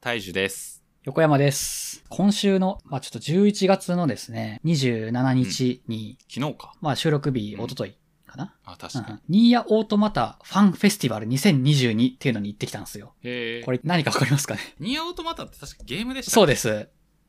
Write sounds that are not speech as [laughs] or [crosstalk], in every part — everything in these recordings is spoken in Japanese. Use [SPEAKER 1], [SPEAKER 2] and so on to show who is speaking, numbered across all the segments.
[SPEAKER 1] 大樹です。
[SPEAKER 2] 横山です。今週の、まあ、ちょっと11月のですね、27日に、
[SPEAKER 1] 昨日か。
[SPEAKER 2] まあ、収録日、
[SPEAKER 1] うん
[SPEAKER 2] おとといかな、
[SPEAKER 1] あ、確
[SPEAKER 2] う
[SPEAKER 1] か
[SPEAKER 2] んう
[SPEAKER 1] に
[SPEAKER 2] ん。ニーヤオートマタファンフェスティバル2022っていうのに行ってきたんですよ。
[SPEAKER 1] へえ。
[SPEAKER 2] これ何かわかりますかね
[SPEAKER 1] ニアオートマタって確かゲームでした
[SPEAKER 2] そう
[SPEAKER 1] で
[SPEAKER 2] です。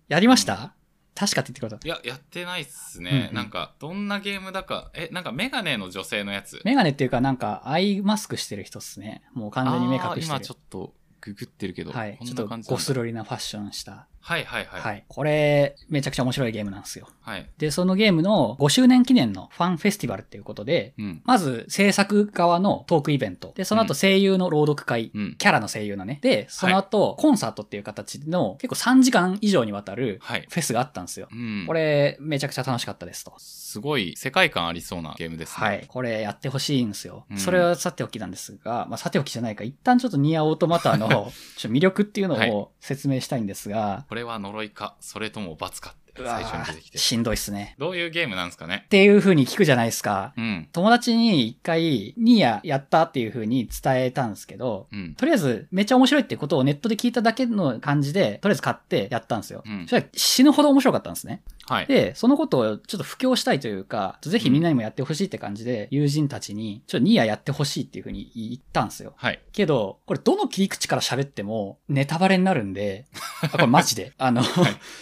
[SPEAKER 2] やりました確かって言ってくれた。
[SPEAKER 1] いや、やってないっす
[SPEAKER 2] うん
[SPEAKER 1] ね。
[SPEAKER 2] うん
[SPEAKER 1] なんか、どんなゲームだか。え、なんかメガネの女性のやつ。
[SPEAKER 2] メガネっていうかなんかアイマスクしてる人っすね。もう完全に目
[SPEAKER 1] あー
[SPEAKER 2] 隠して
[SPEAKER 1] 今
[SPEAKER 2] る
[SPEAKER 1] ちょ。っとググってるけど、
[SPEAKER 2] はい。
[SPEAKER 1] こ
[SPEAKER 2] ち
[SPEAKER 1] ん
[SPEAKER 2] ょっ
[SPEAKER 1] な
[SPEAKER 2] と
[SPEAKER 1] 感じな
[SPEAKER 2] ゴ
[SPEAKER 1] んだ
[SPEAKER 2] スロリなファッションした。
[SPEAKER 1] はいはいはい。
[SPEAKER 2] はい。これ、めちゃくちゃ面白いゲームなんですよ。
[SPEAKER 1] はい。
[SPEAKER 2] で、そのゲームの5周年記念のファンフェスティバルっていうことで、
[SPEAKER 1] うん。
[SPEAKER 2] まず制作側のトークイベント。で、その後声優の朗読会。
[SPEAKER 1] うん。
[SPEAKER 2] キャラの声優のね。で、その後コンサートっていう形の結構3時間以上にわたる
[SPEAKER 1] はい。
[SPEAKER 2] フェスがあったんですよ。
[SPEAKER 1] うん。
[SPEAKER 2] こ、れ、めちゃくちゃ楽しかったですと。
[SPEAKER 1] すごい世界観ありそうなゲームですね。
[SPEAKER 2] はい。。これやってほしいんですよ
[SPEAKER 1] う。ん
[SPEAKER 2] それはさておきなんですが、まあさておきじゃないか。一旦ちょっとニアオートマターのちょっと魅力っていうの
[SPEAKER 1] はい
[SPEAKER 2] を説明したいんですが、
[SPEAKER 1] これは呪いか、それとも罰かって
[SPEAKER 2] う
[SPEAKER 1] 最
[SPEAKER 2] わ
[SPEAKER 1] 初に出てき
[SPEAKER 2] ー
[SPEAKER 1] て。
[SPEAKER 2] しんどいっすね。
[SPEAKER 1] どういうゲームなんですかね
[SPEAKER 2] っていう風に聞くじゃないですか。
[SPEAKER 1] うん。
[SPEAKER 2] 友達に一回、ニアやったっていう風に伝えたんですけど、
[SPEAKER 1] うん。
[SPEAKER 2] とりあえず、めっちゃ面白いってことをネットで聞いただけの感じで、とりあえず買ってやったんですよ。
[SPEAKER 1] うん
[SPEAKER 2] そしたら死ぬほど面白かったんですね。
[SPEAKER 1] はい。
[SPEAKER 2] で、そのことをちょっと布教したいというか、ぜひみんなにもやってほしいって感じで、友人たちに、ちょっとニアやってほしいっていうふうに言ったんですよ。
[SPEAKER 1] はい。
[SPEAKER 2] けど、これどの切り口から喋ってもネタバレになるんで、あこれマ
[SPEAKER 1] [laughs]
[SPEAKER 2] ジで。あの、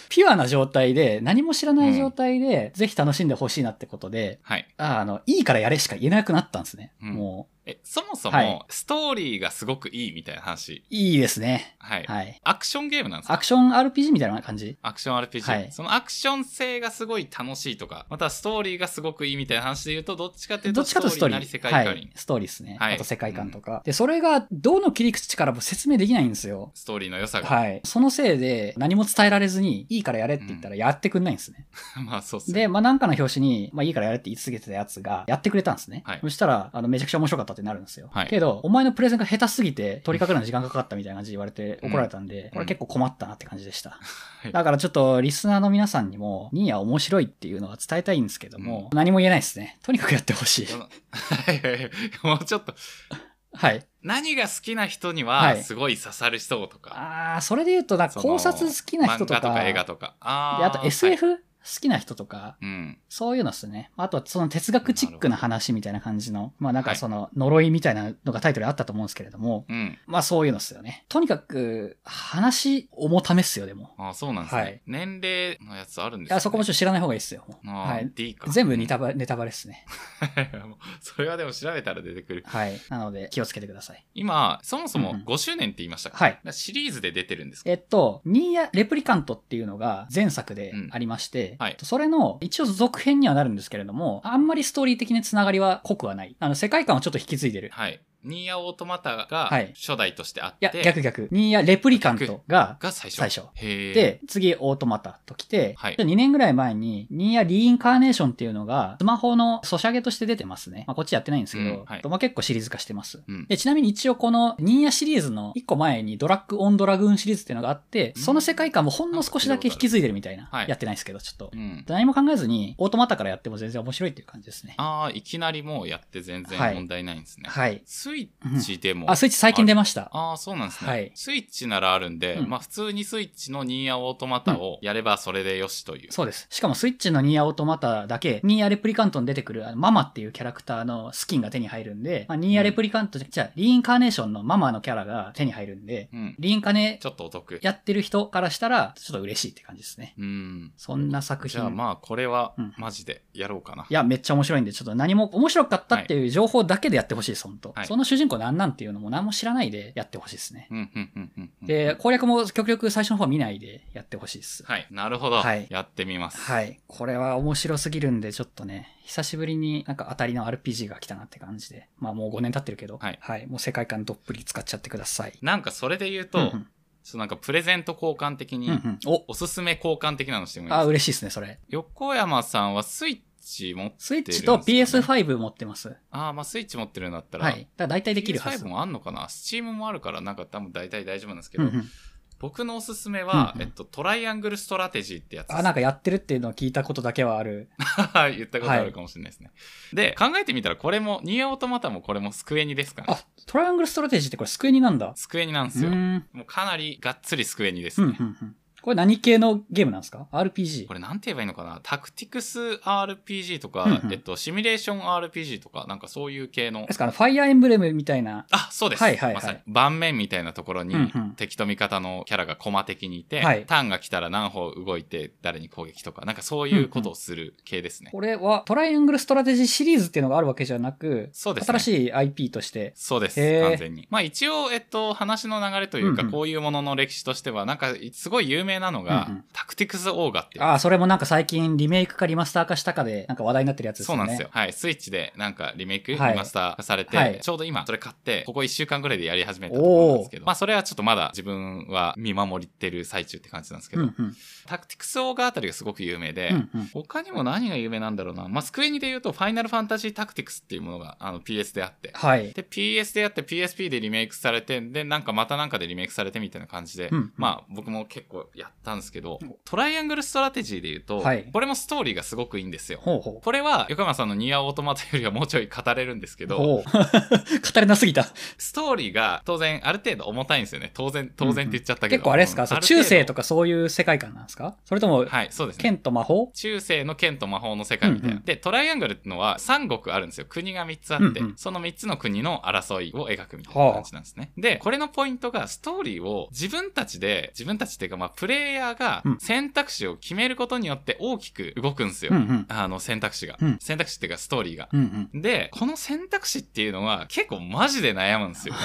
[SPEAKER 2] ピュアな状態で、何も知らない状態で、ぜひ楽しんでほしいなってことで、
[SPEAKER 1] はい。
[SPEAKER 2] ああの、いいからやれしか言えなくなったんですね。
[SPEAKER 1] うん
[SPEAKER 2] も
[SPEAKER 1] え、そもそ
[SPEAKER 2] はい
[SPEAKER 1] も、ストーリーがすごくいいみたいな話。
[SPEAKER 2] う、いいですね。
[SPEAKER 1] はい。
[SPEAKER 2] はい。
[SPEAKER 1] アクションゲームなんですか
[SPEAKER 2] アクション RPG みたいな感じ
[SPEAKER 1] アクション RPG、
[SPEAKER 2] はい
[SPEAKER 1] そのアクション性がすごい楽しいとか、またストーリーがすごくいいみたいな話で言うと、どっちかっていうと、
[SPEAKER 2] どっちかというとストーリー。
[SPEAKER 1] なり世界観に、
[SPEAKER 2] はい。ストーリーですね。
[SPEAKER 1] はい
[SPEAKER 2] あと世界観とか、で、それがどの切り口からも説明できないんですよ。
[SPEAKER 1] ストーリーの良さが。
[SPEAKER 2] はい。そのせいで何も伝えられずに、いいからやれって言ったらやってくんないんですね。
[SPEAKER 1] [laughs] まあそうっすね。
[SPEAKER 2] で、まあ、なんかの表紙に、まあ、いいからやれって言い続けてたやつが、やってくれたんですね。
[SPEAKER 1] はい
[SPEAKER 2] そしたら、あの、めちゃくちゃ面白かったってなるんですよ。
[SPEAKER 1] はい
[SPEAKER 2] けど、お前のプレゼンが下手すぎて、取り掛かるのに時間かかったみたいな感じで言われて
[SPEAKER 1] うん
[SPEAKER 2] 怒られたんで、こ
[SPEAKER 1] う
[SPEAKER 2] れ
[SPEAKER 1] ん
[SPEAKER 2] 結構困ったなって感じでした。
[SPEAKER 1] い
[SPEAKER 2] だからちょっと、リスナーの皆さんにも、ニーヤ面白いっていうのは伝えたいんですけども、何も言えないですね。とにかくやってほしい。
[SPEAKER 1] そのはいはいはい [laughs] もうちょっと、
[SPEAKER 2] はい。
[SPEAKER 1] 何が好きな人に
[SPEAKER 2] は
[SPEAKER 1] は、
[SPEAKER 2] い
[SPEAKER 1] すごい刺さる人とか、
[SPEAKER 2] あー、それで言うと、なんか
[SPEAKER 1] その
[SPEAKER 2] 考察好きな人と
[SPEAKER 1] 漫画
[SPEAKER 2] か、
[SPEAKER 1] とか映画とか。あ
[SPEAKER 2] で
[SPEAKER 1] ー
[SPEAKER 2] あと
[SPEAKER 1] はい
[SPEAKER 2] SF、好きな人とか、
[SPEAKER 1] うん。
[SPEAKER 2] そういうのですね。あとはその哲学チックな話みたいな感じの、まあなんかその呪いみたいなのがタイトルにあったと思うんですけれども、
[SPEAKER 1] うん。
[SPEAKER 2] まあそういうのですよね。とにかく、話、重ためっすよ、でも。
[SPEAKER 1] あーそうなんですね、
[SPEAKER 2] はい
[SPEAKER 1] 年齢のやつあるんです
[SPEAKER 2] いや、そこもちょっと知らない方がいいっすよ。
[SPEAKER 1] あー
[SPEAKER 2] はい。
[SPEAKER 1] D か。
[SPEAKER 2] 全部
[SPEAKER 1] [laughs]
[SPEAKER 2] ネタバレ、ネタバレっすね。
[SPEAKER 1] もうそれはでも調べたら出てくる。 [laughs]
[SPEAKER 2] はい。なので、気をつけてください。
[SPEAKER 1] 今、そもそも
[SPEAKER 2] うんうん
[SPEAKER 1] 5周年って言いましたか、
[SPEAKER 2] はい。
[SPEAKER 1] シリーズで出てるんですか
[SPEAKER 2] えっと、ニーヤ・レプリカントっていうのが前作でありまして、
[SPEAKER 1] うんはい
[SPEAKER 2] それの一応続編にはなるんですけれども、あんまりストーリー的なつながりは濃くはない。あの、世界観をちょっと引き継いでる。
[SPEAKER 1] はい。ニーヤオートマタが
[SPEAKER 2] はい
[SPEAKER 1] 初代としてあっ
[SPEAKER 2] い
[SPEAKER 1] て、
[SPEAKER 2] や、逆逆。ニーヤ・レプリカントが
[SPEAKER 1] が最初。
[SPEAKER 2] 最初
[SPEAKER 1] へー
[SPEAKER 2] で、次、オートマタと来て、
[SPEAKER 1] はい
[SPEAKER 2] 2年ぐらい前に、ニーヤリインカーネーションっていうのが、スマホのソシャゲとして出てますね。まあ、こっちやってないんですけど、
[SPEAKER 1] うんはい
[SPEAKER 2] まあ、結構シリーズ化してます。
[SPEAKER 1] うん。
[SPEAKER 2] でちなみに一応このニーヤシリーズの1個前にドラッグ・オン・ドラグーンシリーズっていうのがあって、
[SPEAKER 1] うん
[SPEAKER 2] その世界観もほんの少しだけ引き継いでるみたいな。
[SPEAKER 1] はい
[SPEAKER 2] やってないですけど、ちょっと
[SPEAKER 1] う。ん。
[SPEAKER 2] 何も考えずに、オートマタからやっても全然面白いっていう感じですね。
[SPEAKER 1] ああ、いきなりもうやって全
[SPEAKER 2] はい
[SPEAKER 1] 然問題ないんですね。
[SPEAKER 2] はい。
[SPEAKER 1] スイッチでも。
[SPEAKER 2] あ、スイッチ最近出
[SPEAKER 1] も。
[SPEAKER 2] ました。
[SPEAKER 1] ああ、そうなんですね、
[SPEAKER 2] はい
[SPEAKER 1] スイッチならあるんで、
[SPEAKER 2] うん
[SPEAKER 1] まあ普通にスイッチのニーヤオートマタをやればそれでよしという。
[SPEAKER 2] そうです。しかもスイッチのニーヤオートマタだけ、ニーヤレプリカントに出てくるあのママっていうキャラクターのスキンが手に入るんで、まあ、ニーヤレプリカントじゃ、じゃあリインカーネーションのママのキャラが手に入るんで、
[SPEAKER 1] うん。
[SPEAKER 2] リインカネ
[SPEAKER 1] ちょっとお得。
[SPEAKER 2] やってる人からしたら、ちょっと嬉しいって感じですね。
[SPEAKER 1] うん。
[SPEAKER 2] そんな作
[SPEAKER 1] じ
[SPEAKER 2] 品。
[SPEAKER 1] ゃあまあこれは
[SPEAKER 2] うん
[SPEAKER 1] マジでやろうかな。
[SPEAKER 2] いや、めっちゃ面白いんで、ちょっと何も面白かったっていう情報だけでやってほしいです、本当、
[SPEAKER 1] はい
[SPEAKER 2] その主人公なんなんっていうのも何も知らないでやってほしいですね。
[SPEAKER 1] うん、うん、うん、うんうん。
[SPEAKER 2] で、攻略も極力最初の方は見ないでやってほしいです。
[SPEAKER 1] はい。なるほど。
[SPEAKER 2] はい
[SPEAKER 1] やってみます。
[SPEAKER 2] はい。これは面白すぎるんで、ちょっとね、久しぶりになんか当たりの RPG が来たなって感じで。まあもう5年経ってるけど、
[SPEAKER 1] はい
[SPEAKER 2] もう世界観どっぷり使っちゃってください。
[SPEAKER 1] なんかそれで言うと、
[SPEAKER 2] うん
[SPEAKER 1] ちょっとなんかプレゼント交換的に、
[SPEAKER 2] うん、うんうんお
[SPEAKER 1] おすすめ交換的なのしてもいいです
[SPEAKER 2] あ、
[SPEAKER 1] か
[SPEAKER 2] 嬉しいですね、それ。
[SPEAKER 1] 横山さんはスイッチ持っ
[SPEAKER 2] スイッチと
[SPEAKER 1] 出るんですか
[SPEAKER 2] PS5 持ってます。
[SPEAKER 1] ああ、まあスイッチ持ってるんだったら、
[SPEAKER 2] はい。だから大体できるはず。
[SPEAKER 1] PS5 もあんのかなスチームもあるから、なんか多分大体大丈夫なんですけ
[SPEAKER 2] う
[SPEAKER 1] ど、
[SPEAKER 2] んうん
[SPEAKER 1] 僕のおすすめは、
[SPEAKER 2] うんうん
[SPEAKER 1] えっと、トライアングルストラテジーってやつです
[SPEAKER 2] あ、なんかやってるっていうのを聞いたことだけはある。
[SPEAKER 1] はい [laughs] 言ったことあるかもしれないですね。で、考えてみたらこれも、ニーアオトマタもこれもスクエニですから、ね。
[SPEAKER 2] あ、トライアングルストラテジーってこれスクエニなんだ。
[SPEAKER 1] スクエニなんで
[SPEAKER 2] う
[SPEAKER 1] す
[SPEAKER 2] ー
[SPEAKER 1] よ。
[SPEAKER 2] ん。
[SPEAKER 1] もうかなりがっつりスクエニです
[SPEAKER 2] うん、う
[SPEAKER 1] ね。
[SPEAKER 2] ん、うん。これ何系のゲームなんですか ?RPG?
[SPEAKER 1] これなんて言えばいいのかなタクティクス RPG とか、
[SPEAKER 2] うんうん
[SPEAKER 1] えっと、シミュレーション RPG とか、なんかそういう系の
[SPEAKER 2] ですかね、ファイアーエンブレムみたいな。
[SPEAKER 1] あ、そうです。
[SPEAKER 2] はいはいはい
[SPEAKER 1] まさに。盤面みたいなところに、
[SPEAKER 2] うんうん
[SPEAKER 1] 敵と味方のキャラがコマ的にいて、
[SPEAKER 2] はい
[SPEAKER 1] ターンが来たら何歩動いて誰に攻撃とか、なんかそういうことをする系ですね。
[SPEAKER 2] これはトライアングルストラテジーシリーズっていうのがあるわけじゃなく、
[SPEAKER 1] そうですね
[SPEAKER 2] 新しい IP として。
[SPEAKER 1] そうです、
[SPEAKER 2] へー
[SPEAKER 1] 完全に。まあ一応、えっと、話の流れというか、
[SPEAKER 2] うんうん
[SPEAKER 1] こういうものの歴史としては、なんか、すごい有名なのが、
[SPEAKER 2] うんうん
[SPEAKER 1] タクティクスオーガっていう。
[SPEAKER 2] ああ、それもなんか最近リメイクかリマスター化したかで、なんか話題になってるやつです
[SPEAKER 1] そ
[SPEAKER 2] よ
[SPEAKER 1] う
[SPEAKER 2] ね。
[SPEAKER 1] なんですよ。。はい。スイッチでなんかリメイク、
[SPEAKER 2] はい
[SPEAKER 1] リマスター化されて、
[SPEAKER 2] はい
[SPEAKER 1] ちょうど今それ買って、ここ1週間ぐらいでやり始めたと思うんですけど、まあそれはちょっとまだ自分は見守ってる最中って感じなんですけ
[SPEAKER 2] う
[SPEAKER 1] ど、
[SPEAKER 2] んうん。
[SPEAKER 1] タクティクスオーガあたりがすごく有名で、
[SPEAKER 2] うんうん。
[SPEAKER 1] 他にも何が有名なんだろうな。まあ、スクエニで言うと、ファイナルファンタジータクティクスっていうものが、あの、PS であって。
[SPEAKER 2] はい。
[SPEAKER 1] で、PS であって、PSP でリメイクされて、で、なんかまたなんかでリメイクされてみたいな感じで、
[SPEAKER 2] うん
[SPEAKER 1] まあ、僕も結構やったんですけど、トライアングルストラテジーで言うと、
[SPEAKER 2] はい
[SPEAKER 1] これもストーリーがすごくいいんですよ。
[SPEAKER 2] ほうほ
[SPEAKER 1] これは、横山さんのニアオートマタよりはもうちょい語れるんですけ
[SPEAKER 2] う。
[SPEAKER 1] ど、
[SPEAKER 2] ほう。 [laughs] 語れなすぎた。
[SPEAKER 1] ストーリーが当然、ある程度重たいんですよね。当然、当然って言っちゃったけど。
[SPEAKER 2] 結構あれですか、そう中世と
[SPEAKER 1] か。
[SPEAKER 2] かそういう世界観なんですかそれとも、
[SPEAKER 1] はい、そうですね。
[SPEAKER 2] 剣と魔法
[SPEAKER 1] 中世の剣と魔法の世界みたいな。
[SPEAKER 2] うんうん
[SPEAKER 1] で、トライアングルってのは三国あるんですよ。国が3つあって、
[SPEAKER 2] うんうん
[SPEAKER 1] その3つの国の争いを描くみたいな感じなんですね。で、これのポイントが、ストーリーを自分たちで、自分たちっていうか、まあ、プレイヤーが
[SPEAKER 2] うん
[SPEAKER 1] 選択肢を決めることによって大きく動くんですよ。
[SPEAKER 2] うんうん。
[SPEAKER 1] あの、選択肢が、
[SPEAKER 2] うん
[SPEAKER 1] 選択肢っていうか、ストーリーが。
[SPEAKER 2] うんうん。
[SPEAKER 1] で、この選択肢っていうのは結構マジで悩むん
[SPEAKER 2] [laughs]
[SPEAKER 1] ですよね。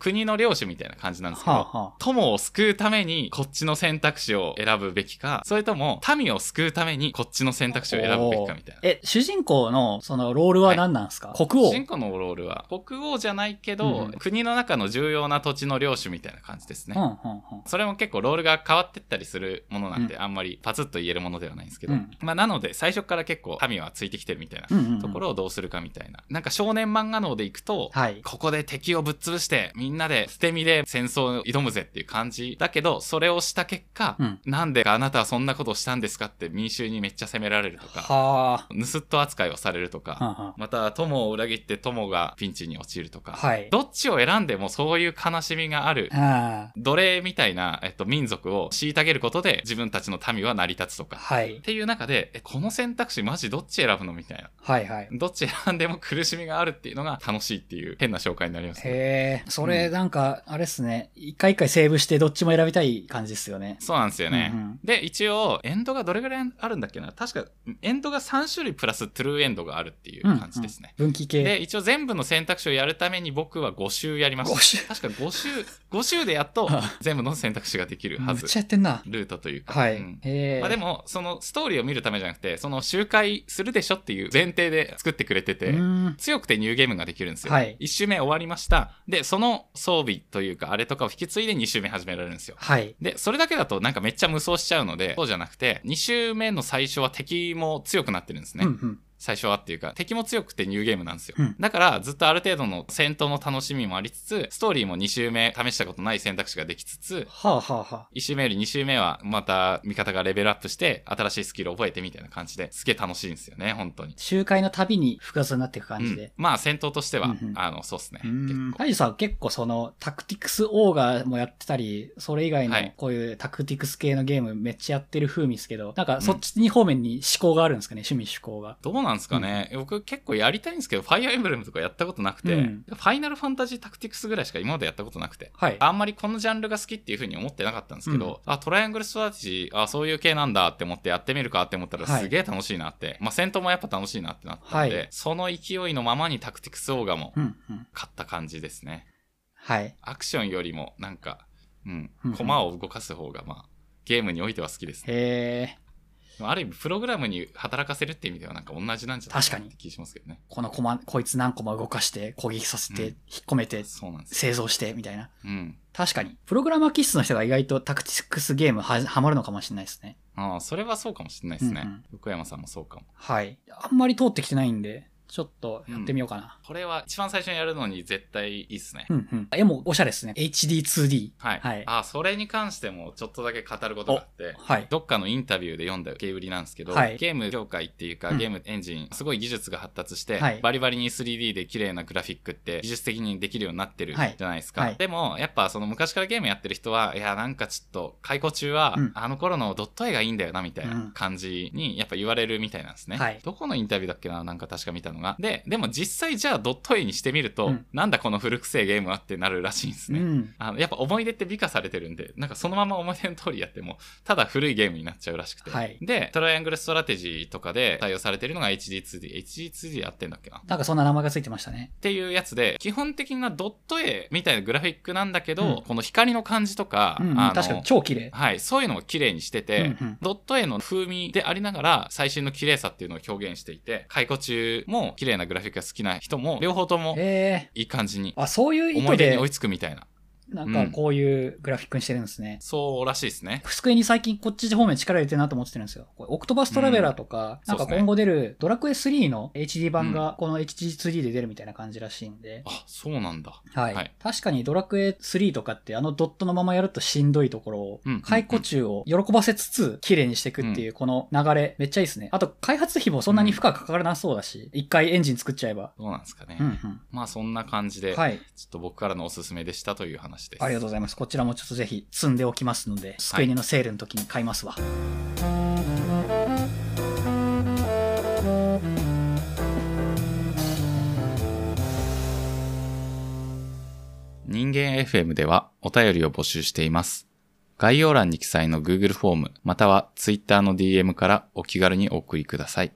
[SPEAKER 1] 国の領主みたいな感じなんですけ
[SPEAKER 2] は
[SPEAKER 1] ど、
[SPEAKER 2] あは
[SPEAKER 1] 友を救うためにこっちの選択肢を選ぶべきか、それとも民を救うためにこっちの選択肢を選ぶべきかみたい
[SPEAKER 2] あ
[SPEAKER 1] な。。
[SPEAKER 2] え、主人公のそのロールは何なんですか、国王
[SPEAKER 1] 主人公のロールは国王じゃないけど、
[SPEAKER 2] うん
[SPEAKER 1] 国の中の重要な土地の領主みたいな感じですね。
[SPEAKER 2] うんうんうん。
[SPEAKER 1] それも結構ロールが変わってったりするものなんで、
[SPEAKER 2] う
[SPEAKER 1] あんまりパツッと言えるものではないんですけど、
[SPEAKER 2] うん
[SPEAKER 1] まあなので最初から結構民はついてきてるみたいな
[SPEAKER 2] うんうんうん
[SPEAKER 1] ところをどうするかみたいな。なんか少年漫画脳でいくと、
[SPEAKER 2] はい。
[SPEAKER 1] ここで敵をぶっ潰して、みんなで捨て身で戦争を挑むぜっていう感じだけど、それをした結果、
[SPEAKER 2] うん
[SPEAKER 1] なんであなたはそんなことをしたんですかって民衆にめっちゃ責められるとか、
[SPEAKER 2] は
[SPEAKER 1] 盗っ人扱いをされるとか、
[SPEAKER 2] あ。はあは
[SPEAKER 1] また友を裏切って友がピンチに陥ると
[SPEAKER 2] あ。
[SPEAKER 1] か、
[SPEAKER 2] はい。
[SPEAKER 1] どっちを選んでもそういう悲しみがある、
[SPEAKER 2] あ
[SPEAKER 1] 奴隷みたいな、えっと、民族を虐げることで自分たちの民は成り立つと
[SPEAKER 2] あ
[SPEAKER 1] か、
[SPEAKER 2] はい
[SPEAKER 1] っ。ていう中で、え、この選択肢マジどっち選ぶのみたいな。
[SPEAKER 2] はいはい。
[SPEAKER 1] どっち選んでも苦しみがあるっていうのが楽しいっていう変な紹介になりますね。
[SPEAKER 2] へえ、それ
[SPEAKER 1] うん
[SPEAKER 2] なんか、あれっすね。一回一回セーブしてどっちも選びたい感じですよね。
[SPEAKER 1] そうなんですよね。
[SPEAKER 2] うんうん
[SPEAKER 1] で、一応、エンドがどれぐらいあるんだっけな確か、エンドが3種類プラストゥルーエンドがあるっていう感じですね。
[SPEAKER 2] 分岐系。
[SPEAKER 1] で、一応全部の選択肢をやるために僕は5周やりま
[SPEAKER 2] 5
[SPEAKER 1] し
[SPEAKER 2] 周
[SPEAKER 1] た。確か5周、5周でや
[SPEAKER 2] [laughs]
[SPEAKER 1] っと
[SPEAKER 2] あ
[SPEAKER 1] 全部の選択肢ができるは
[SPEAKER 2] めっ
[SPEAKER 1] ず
[SPEAKER 2] ち。ゃやってんな。
[SPEAKER 1] ルートというか。
[SPEAKER 2] はい。
[SPEAKER 1] うん
[SPEAKER 2] へえ。
[SPEAKER 1] まあでも、そのストーリーを見るためじゃなくて、その周回するでしょっていう前提で作ってくれてて、
[SPEAKER 2] うん、
[SPEAKER 1] 強くてニューゲームができるんですよ。
[SPEAKER 2] はい
[SPEAKER 1] 1周目終わりました。で、その装備というか、あれとかを引き継いで2周目始められるんですよ。
[SPEAKER 2] はい。
[SPEAKER 1] で、それだけだとなんかめっちゃ無双しちゃうので、そうじゃなくて、2周目の最初は敵も強くなってるんですね。
[SPEAKER 2] うんうん。
[SPEAKER 1] 最初はっていうか、敵も強くてニューゲームなんですよ。
[SPEAKER 2] うん
[SPEAKER 1] だから、ずっとある程度の戦闘の楽しみもありつつ、ストーリーも2周目試したことない選択肢ができつつ、
[SPEAKER 2] はあはあはあ。
[SPEAKER 1] 1周目より2周目はまた味方がレベルアップして、新しいスキルを覚えてみたいな感じですげえ楽しいんですよね、本当に。
[SPEAKER 2] 周回の旅に複雑になっていく感じで。
[SPEAKER 1] うんまあ戦闘としては、
[SPEAKER 2] うんうん
[SPEAKER 1] あの、そうっすね。
[SPEAKER 2] うん
[SPEAKER 1] 結構
[SPEAKER 2] 大樹さんは結構そのタクティクスオーガもやってたり、それ以外の
[SPEAKER 1] はい
[SPEAKER 2] こういうタクティクス系のゲームめっちゃやってる風味ですけど、なんかそっちに方面に思考があるんですかね、趣味思考が。
[SPEAKER 1] どうなんですかね、僕結構やりたいんですけど、ファイアーエンブレムとかやったことなくて、
[SPEAKER 2] うん
[SPEAKER 1] ファイナルファンタジータクティクスぐらいしか今までやったことなくて、
[SPEAKER 2] はい。
[SPEAKER 1] あんまりこのジャンルが好きっていう風に思ってなかったんですけど、あ、トライアングルストラテジー、あ、そういう系なんだって思ってやってみるかって思ったら
[SPEAKER 2] はい
[SPEAKER 1] すげえ楽しいなって、まあ戦闘もやっぱ楽しいなってなったんで、
[SPEAKER 2] はい
[SPEAKER 1] その勢いのままにタクティクスオーガも
[SPEAKER 2] うんうん。
[SPEAKER 1] 買った感じですね。
[SPEAKER 2] はい。
[SPEAKER 1] アクションよりもなんか、うん
[SPEAKER 2] うんうん、
[SPEAKER 1] 駒を動かす方がまあ、ゲームにおいては好きですね。
[SPEAKER 2] へえ。
[SPEAKER 1] でもある意味、プログラムに働かせるって意味ではなんか同じなんじゃない
[SPEAKER 2] 確か
[SPEAKER 1] な
[SPEAKER 2] に
[SPEAKER 1] って気しますけどね。
[SPEAKER 2] このコマ、こいつ何コマ動かして、攻撃させて、
[SPEAKER 1] うん
[SPEAKER 2] 引っ込めて、
[SPEAKER 1] そうなんですよ。
[SPEAKER 2] 製造して、みたいな。
[SPEAKER 1] うん。
[SPEAKER 2] 確かに。プログラマー気質の人が意外とタクティクスゲームは、はまるのかもしれないですね。
[SPEAKER 1] ああ、それはそうかもしれないですね。
[SPEAKER 2] うんうん
[SPEAKER 1] 横山さんもそうかも。
[SPEAKER 2] はい。あんまり通ってきてないんで、ちょっとやってみようかな。
[SPEAKER 1] これは一番最初にやるのに絶対いいっすね。
[SPEAKER 2] うん、うん、絵もおしゃれですね。HD2D。
[SPEAKER 1] はい。
[SPEAKER 2] はい
[SPEAKER 1] あ、それに関してもちょっとだけ語ることがあって、
[SPEAKER 2] はい。
[SPEAKER 1] どっかのインタビューで読んだ受け売りなんですけど、
[SPEAKER 2] はい
[SPEAKER 1] ゲーム業界っていうか、
[SPEAKER 2] うん
[SPEAKER 1] ゲームエンジン、すごい技術が発達して、
[SPEAKER 2] はい
[SPEAKER 1] バリバリに 3D で綺麗なグラフィックって技術的にできるようになってる
[SPEAKER 2] はい
[SPEAKER 1] じゃないですか。
[SPEAKER 2] はい
[SPEAKER 1] でも、やっぱその昔からゲームやってる人は、いや、なんかちょっと、解雇中は、
[SPEAKER 2] うん
[SPEAKER 1] あの頃のドット絵がいいんだよな、みたいうなん感じに、やっぱ言われるみたいなんですね。
[SPEAKER 2] はい
[SPEAKER 1] どこのインタビューだっけな、なんか確か見たのが。で、でも実際じゃあドット絵にしてみると、
[SPEAKER 2] うん
[SPEAKER 1] なんだこの古くせえゲームはってなるらしいんです
[SPEAKER 2] う
[SPEAKER 1] ね。
[SPEAKER 2] ん。
[SPEAKER 1] あのやっぱ思い出って美化されてるんで、なんかそのまま思い出の通りやっても、ただ古いゲームになっちゃうらしくて。
[SPEAKER 2] はい
[SPEAKER 1] で、トライアングルストラテジーとかで対応されてるのが HD2D。HD2D やってんだっけなっ
[SPEAKER 2] なんかそんな名前がついてましたね。
[SPEAKER 1] ていうやつで、基本的なドット絵みたいなグラフィックなんだけど、
[SPEAKER 2] うん
[SPEAKER 1] この光の感じとか、
[SPEAKER 2] うん、うん
[SPEAKER 1] あの
[SPEAKER 2] 確かに超綺麗。
[SPEAKER 1] はい、そういうのを綺麗にしてて、
[SPEAKER 2] うんうん
[SPEAKER 1] ドット絵の風味でありながら、最新の綺麗さっていうのを表現していて、解雇中も綺麗なグラフィックが好きな人も、両方とも
[SPEAKER 2] ええ
[SPEAKER 1] いい感じに、
[SPEAKER 2] あ、そういう意
[SPEAKER 1] 思
[SPEAKER 2] 図
[SPEAKER 1] い出に
[SPEAKER 2] で
[SPEAKER 1] 追、いつくみたいな。
[SPEAKER 2] なんかこういうグラフィックにしてるんですね。
[SPEAKER 1] そうらしいですね。
[SPEAKER 2] 机に最近こっち方面力入れてるなと思ってるんですよ。これオクトバストラベラーとか、
[SPEAKER 1] うん
[SPEAKER 2] なん
[SPEAKER 1] そう
[SPEAKER 2] か
[SPEAKER 1] ですね
[SPEAKER 2] 今後出るドラクエ3の HD 版がこの HD2D で出るみたいな感じらしいんで。
[SPEAKER 1] あ、そうなんだ。
[SPEAKER 2] はい、
[SPEAKER 1] はい
[SPEAKER 2] 確かにドラクエ3とかってあのドットのままやるとしんどいところを
[SPEAKER 1] うんうんうん、
[SPEAKER 2] 解雇中を喜ばせつつ綺麗にしていくっていうこの流れめっちゃいいですね。あと開発費もそんなに負荷かからなそうだし、一回エンジン作っちゃえば。
[SPEAKER 1] どうなんですかね。
[SPEAKER 2] うんうん。
[SPEAKER 1] まあそんな感じで、
[SPEAKER 2] はい。
[SPEAKER 1] ちょっと僕からのおすすめでしたという話です。
[SPEAKER 2] ありがとうございます。こちらもちょっとぜひ積んでおきますので、スクエニのセールの時に買いますわ。
[SPEAKER 1] 人間 FM ではお便りを募集しています。概要欄に記載の Google フォームまたは Twitter の DM からお気軽にお送りください。